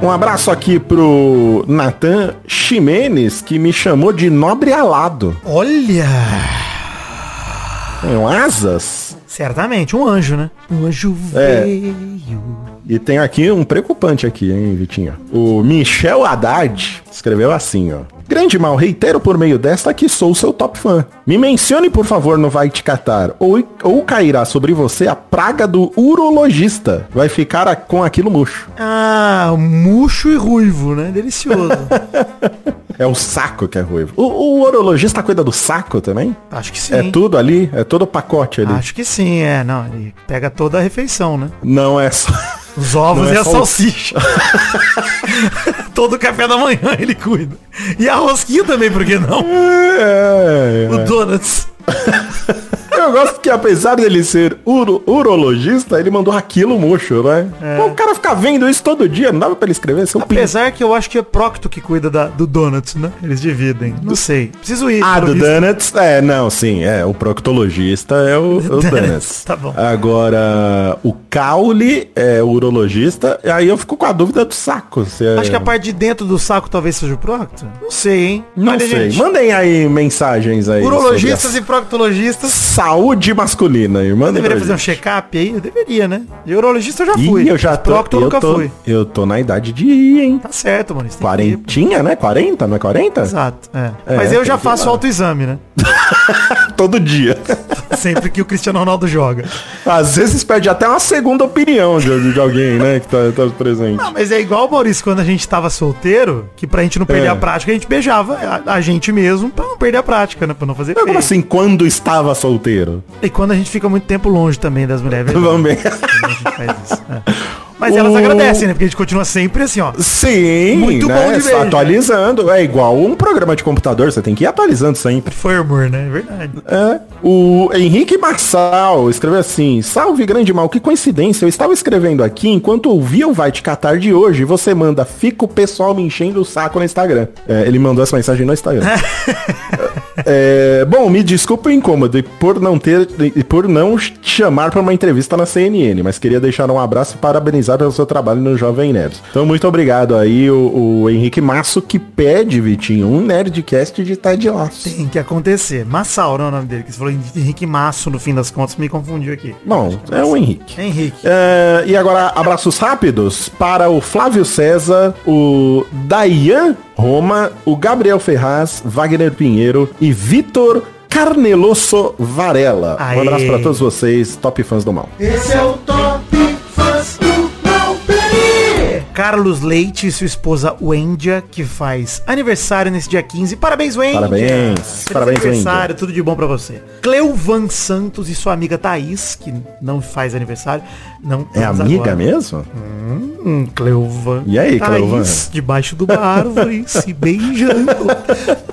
Speaker 2: Um abraço aqui pro Natan Ximenes, que me chamou de nobre alado.
Speaker 3: Olha!
Speaker 2: Tem um asas.
Speaker 3: Certamente, um anjo, né? Um anjo
Speaker 2: É.
Speaker 3: veio.
Speaker 2: E tem aqui um preocupante aqui, hein, Vitinho? O Michel Haddad escreveu assim, ó. Grande mal, reitero por meio desta que sou seu top fã. Me mencione, por favor, no Vai Te Catar, ou, ou cairá sobre você a praga do urologista. Vai ficar a- com aquilo murcho.
Speaker 3: Ah, murcho e ruivo, né? Delicioso.
Speaker 2: É o saco que é ruivo. O, o urologista cuida do saco também?
Speaker 3: Acho que sim.
Speaker 2: É tudo ali? É todo o pacote ali?
Speaker 3: Acho que sim, é. Não, ele pega toda a refeição, né?
Speaker 2: Não é só...
Speaker 3: Os ovos
Speaker 2: Não é
Speaker 3: e a
Speaker 2: só o-
Speaker 3: salsicha. Todo café da manhã ele cuida. E a rosquinha também, por que não?
Speaker 2: É,
Speaker 3: O donuts.
Speaker 2: Eu gosto que apesar dele ser uro- urologista, ele mandou aquilo murcho, né? Pô, O cara fica vendo isso todo dia, não dava pra ele escrever seu pinto.
Speaker 3: É. Apesar que eu acho que é Procto que cuida da- do donuts, né? Eles dividem. Não sei. Preciso ir.
Speaker 2: Ah,
Speaker 3: pelo
Speaker 2: do
Speaker 3: visto.
Speaker 2: Donuts? É, não, sim, é. O proctologista é o, o
Speaker 3: Donuts,
Speaker 2: Donuts.
Speaker 3: tá bom.
Speaker 2: Agora, o caule é o urologista, e aí eu fico com a dúvida do saco. se é-
Speaker 3: Acho que a parte de dentro do saco talvez seja o Procto. Não sei, hein?
Speaker 2: Não
Speaker 3: Olha,
Speaker 2: sei.
Speaker 3: gente,
Speaker 2: Mandem aí mensagens aí.
Speaker 3: Urologistas
Speaker 2: sobre
Speaker 3: e proctologistas.
Speaker 2: a Saúde masculina, e mandem
Speaker 3: Deveria
Speaker 2: pra
Speaker 3: fazer um
Speaker 2: gente.
Speaker 3: check-up aí? Eu deveria, né? De urologista eu já
Speaker 2: Ih,
Speaker 3: fui.
Speaker 2: eu já tô.
Speaker 3: Procto eu
Speaker 2: eu
Speaker 3: nunca
Speaker 2: tô,
Speaker 3: fui.
Speaker 2: Eu tô na idade de ir, hein?
Speaker 3: Tá certo, mano. isso tem que ir.
Speaker 2: Quarentinha, né? 40, não é 40?
Speaker 3: Exato. é.
Speaker 2: É,
Speaker 3: Mas eu
Speaker 2: tem
Speaker 3: já
Speaker 2: que ir
Speaker 3: faço
Speaker 2: lá.
Speaker 3: autoexame, né?
Speaker 2: Todo dia.
Speaker 3: Sempre que o Cristiano Ronaldo joga.
Speaker 2: Às vezes pede até uma segunda opinião de, de alguém, né? Que tá, tá presente.
Speaker 3: Não, mas é igual, Maurício, quando a gente tava solteiro, que pra gente não perder
Speaker 2: É.
Speaker 3: a prática, a gente beijava a, a gente mesmo pra não perder a prática, né? Pra não fazer
Speaker 2: Não, como
Speaker 3: feio.
Speaker 2: assim, quando estava solteiro?
Speaker 3: E quando a gente fica muito tempo longe também das mulheres. é verdade.
Speaker 2: Vamos ver.
Speaker 3: A gente faz isso, né? Mas
Speaker 2: O-
Speaker 3: elas agradecem, né? Porque a gente continua sempre assim, ó.
Speaker 2: Sim,
Speaker 3: Muito
Speaker 2: né?
Speaker 3: bom de
Speaker 2: só
Speaker 3: ver, né?
Speaker 2: Atualizando. É igual um programa de computador, você tem que ir atualizando sempre.
Speaker 3: Firmware, né? É verdade.
Speaker 2: É. O Henrique Marçal escreveu assim: Salve grande mal, que coincidência. Eu estava escrevendo aqui enquanto ouvia o Vai Te Catar de hoje. e Você manda, fica o pessoal me enchendo o saco no Instagram. É, ele mandou essa mensagem no Instagram. É, bom, me desculpa o incômodo e por não ter e por não te chamar para uma entrevista na CNN, mas queria deixar um abraço e parabenizar pelo seu trabalho no Jovem Nerd. Então, muito obrigado aí o, o Henrique Masso que pede, Vitinho, um Nerdcast de Ted Lasso.
Speaker 3: Tem que acontecer. Massal, não é o nome dele, que você falou Henrique Masso, no fim das contas, me confundiu aqui.
Speaker 2: Bom, é o Henrique.
Speaker 3: Henrique.
Speaker 2: É, e agora, abraços rápidos para o Flávio César, o Dayan Roma, o Gabriel Ferraz, Wagner Pinheiro e Vitor Carneloso Varela.
Speaker 3: Aê.
Speaker 2: Um abraço para todos vocês, top fãs do mal.
Speaker 7: Esse é o Top Fãs do Mal.
Speaker 3: Carlos Leite e sua esposa Wendia, que faz aniversário nesse dia 15. Parabéns, Wendia!
Speaker 2: Parabéns.
Speaker 3: Feliz
Speaker 2: Parabéns,
Speaker 3: aniversário, tudo de bom pra você. Cleuvan Santos e sua amiga Thaís, que não faz aniversário. Não
Speaker 2: É
Speaker 3: faz
Speaker 2: amiga
Speaker 3: agora.
Speaker 2: mesmo?
Speaker 3: Hum, Cleuvan.
Speaker 2: E aí, Cleuvan?
Speaker 3: Debaixo de uma árvore, se beijando.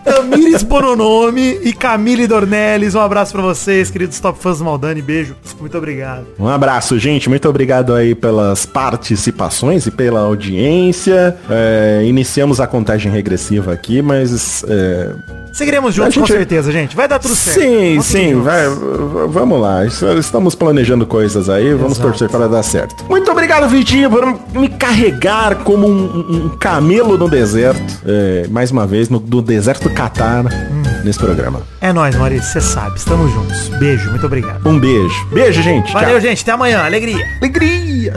Speaker 3: Tamires Bononome e Camille Dornelles. Um abraço pra vocês, queridos top fãs do Maldani. Beijo. Muito obrigado.
Speaker 2: Um abraço, gente. Muito obrigado aí pelas participações e pela audiência. É, iniciamos a contagem regressiva aqui, mas. é,
Speaker 3: Seguiremos juntos,
Speaker 2: gente-
Speaker 3: com certeza, gente. Vai dar tudo certo.
Speaker 2: sim,
Speaker 3: Vamos seguir
Speaker 2: sim,
Speaker 3: juntos.
Speaker 2: vai, v- vamos lá. Isso- Estamos planejando coisas aí, vamos
Speaker 3: Exato.
Speaker 2: torcer para dar certo. Muito obrigado, Vitinho, por me carregar como um, um camelo no deserto. É, mais uma vez, no, do deserto Catar,
Speaker 3: Hum.
Speaker 2: nesse programa.
Speaker 3: É nóis, Maurício. Você sabe. Estamos juntos. Beijo. Muito obrigado.
Speaker 2: Um beijo. Beijo, gente.
Speaker 3: Valeu, gente. Até amanhã. Alegria.
Speaker 2: Alegria.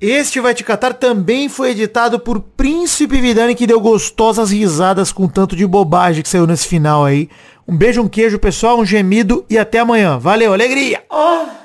Speaker 3: Este Vai Te Catar também foi editado por Príncipe Vidani, que deu gostosas risadas com tanto de bobagem que saiu nesse final aí. Um beijo, um queijo, pessoal, um gemido e até amanhã. Valeu, alegria!
Speaker 6: Oh.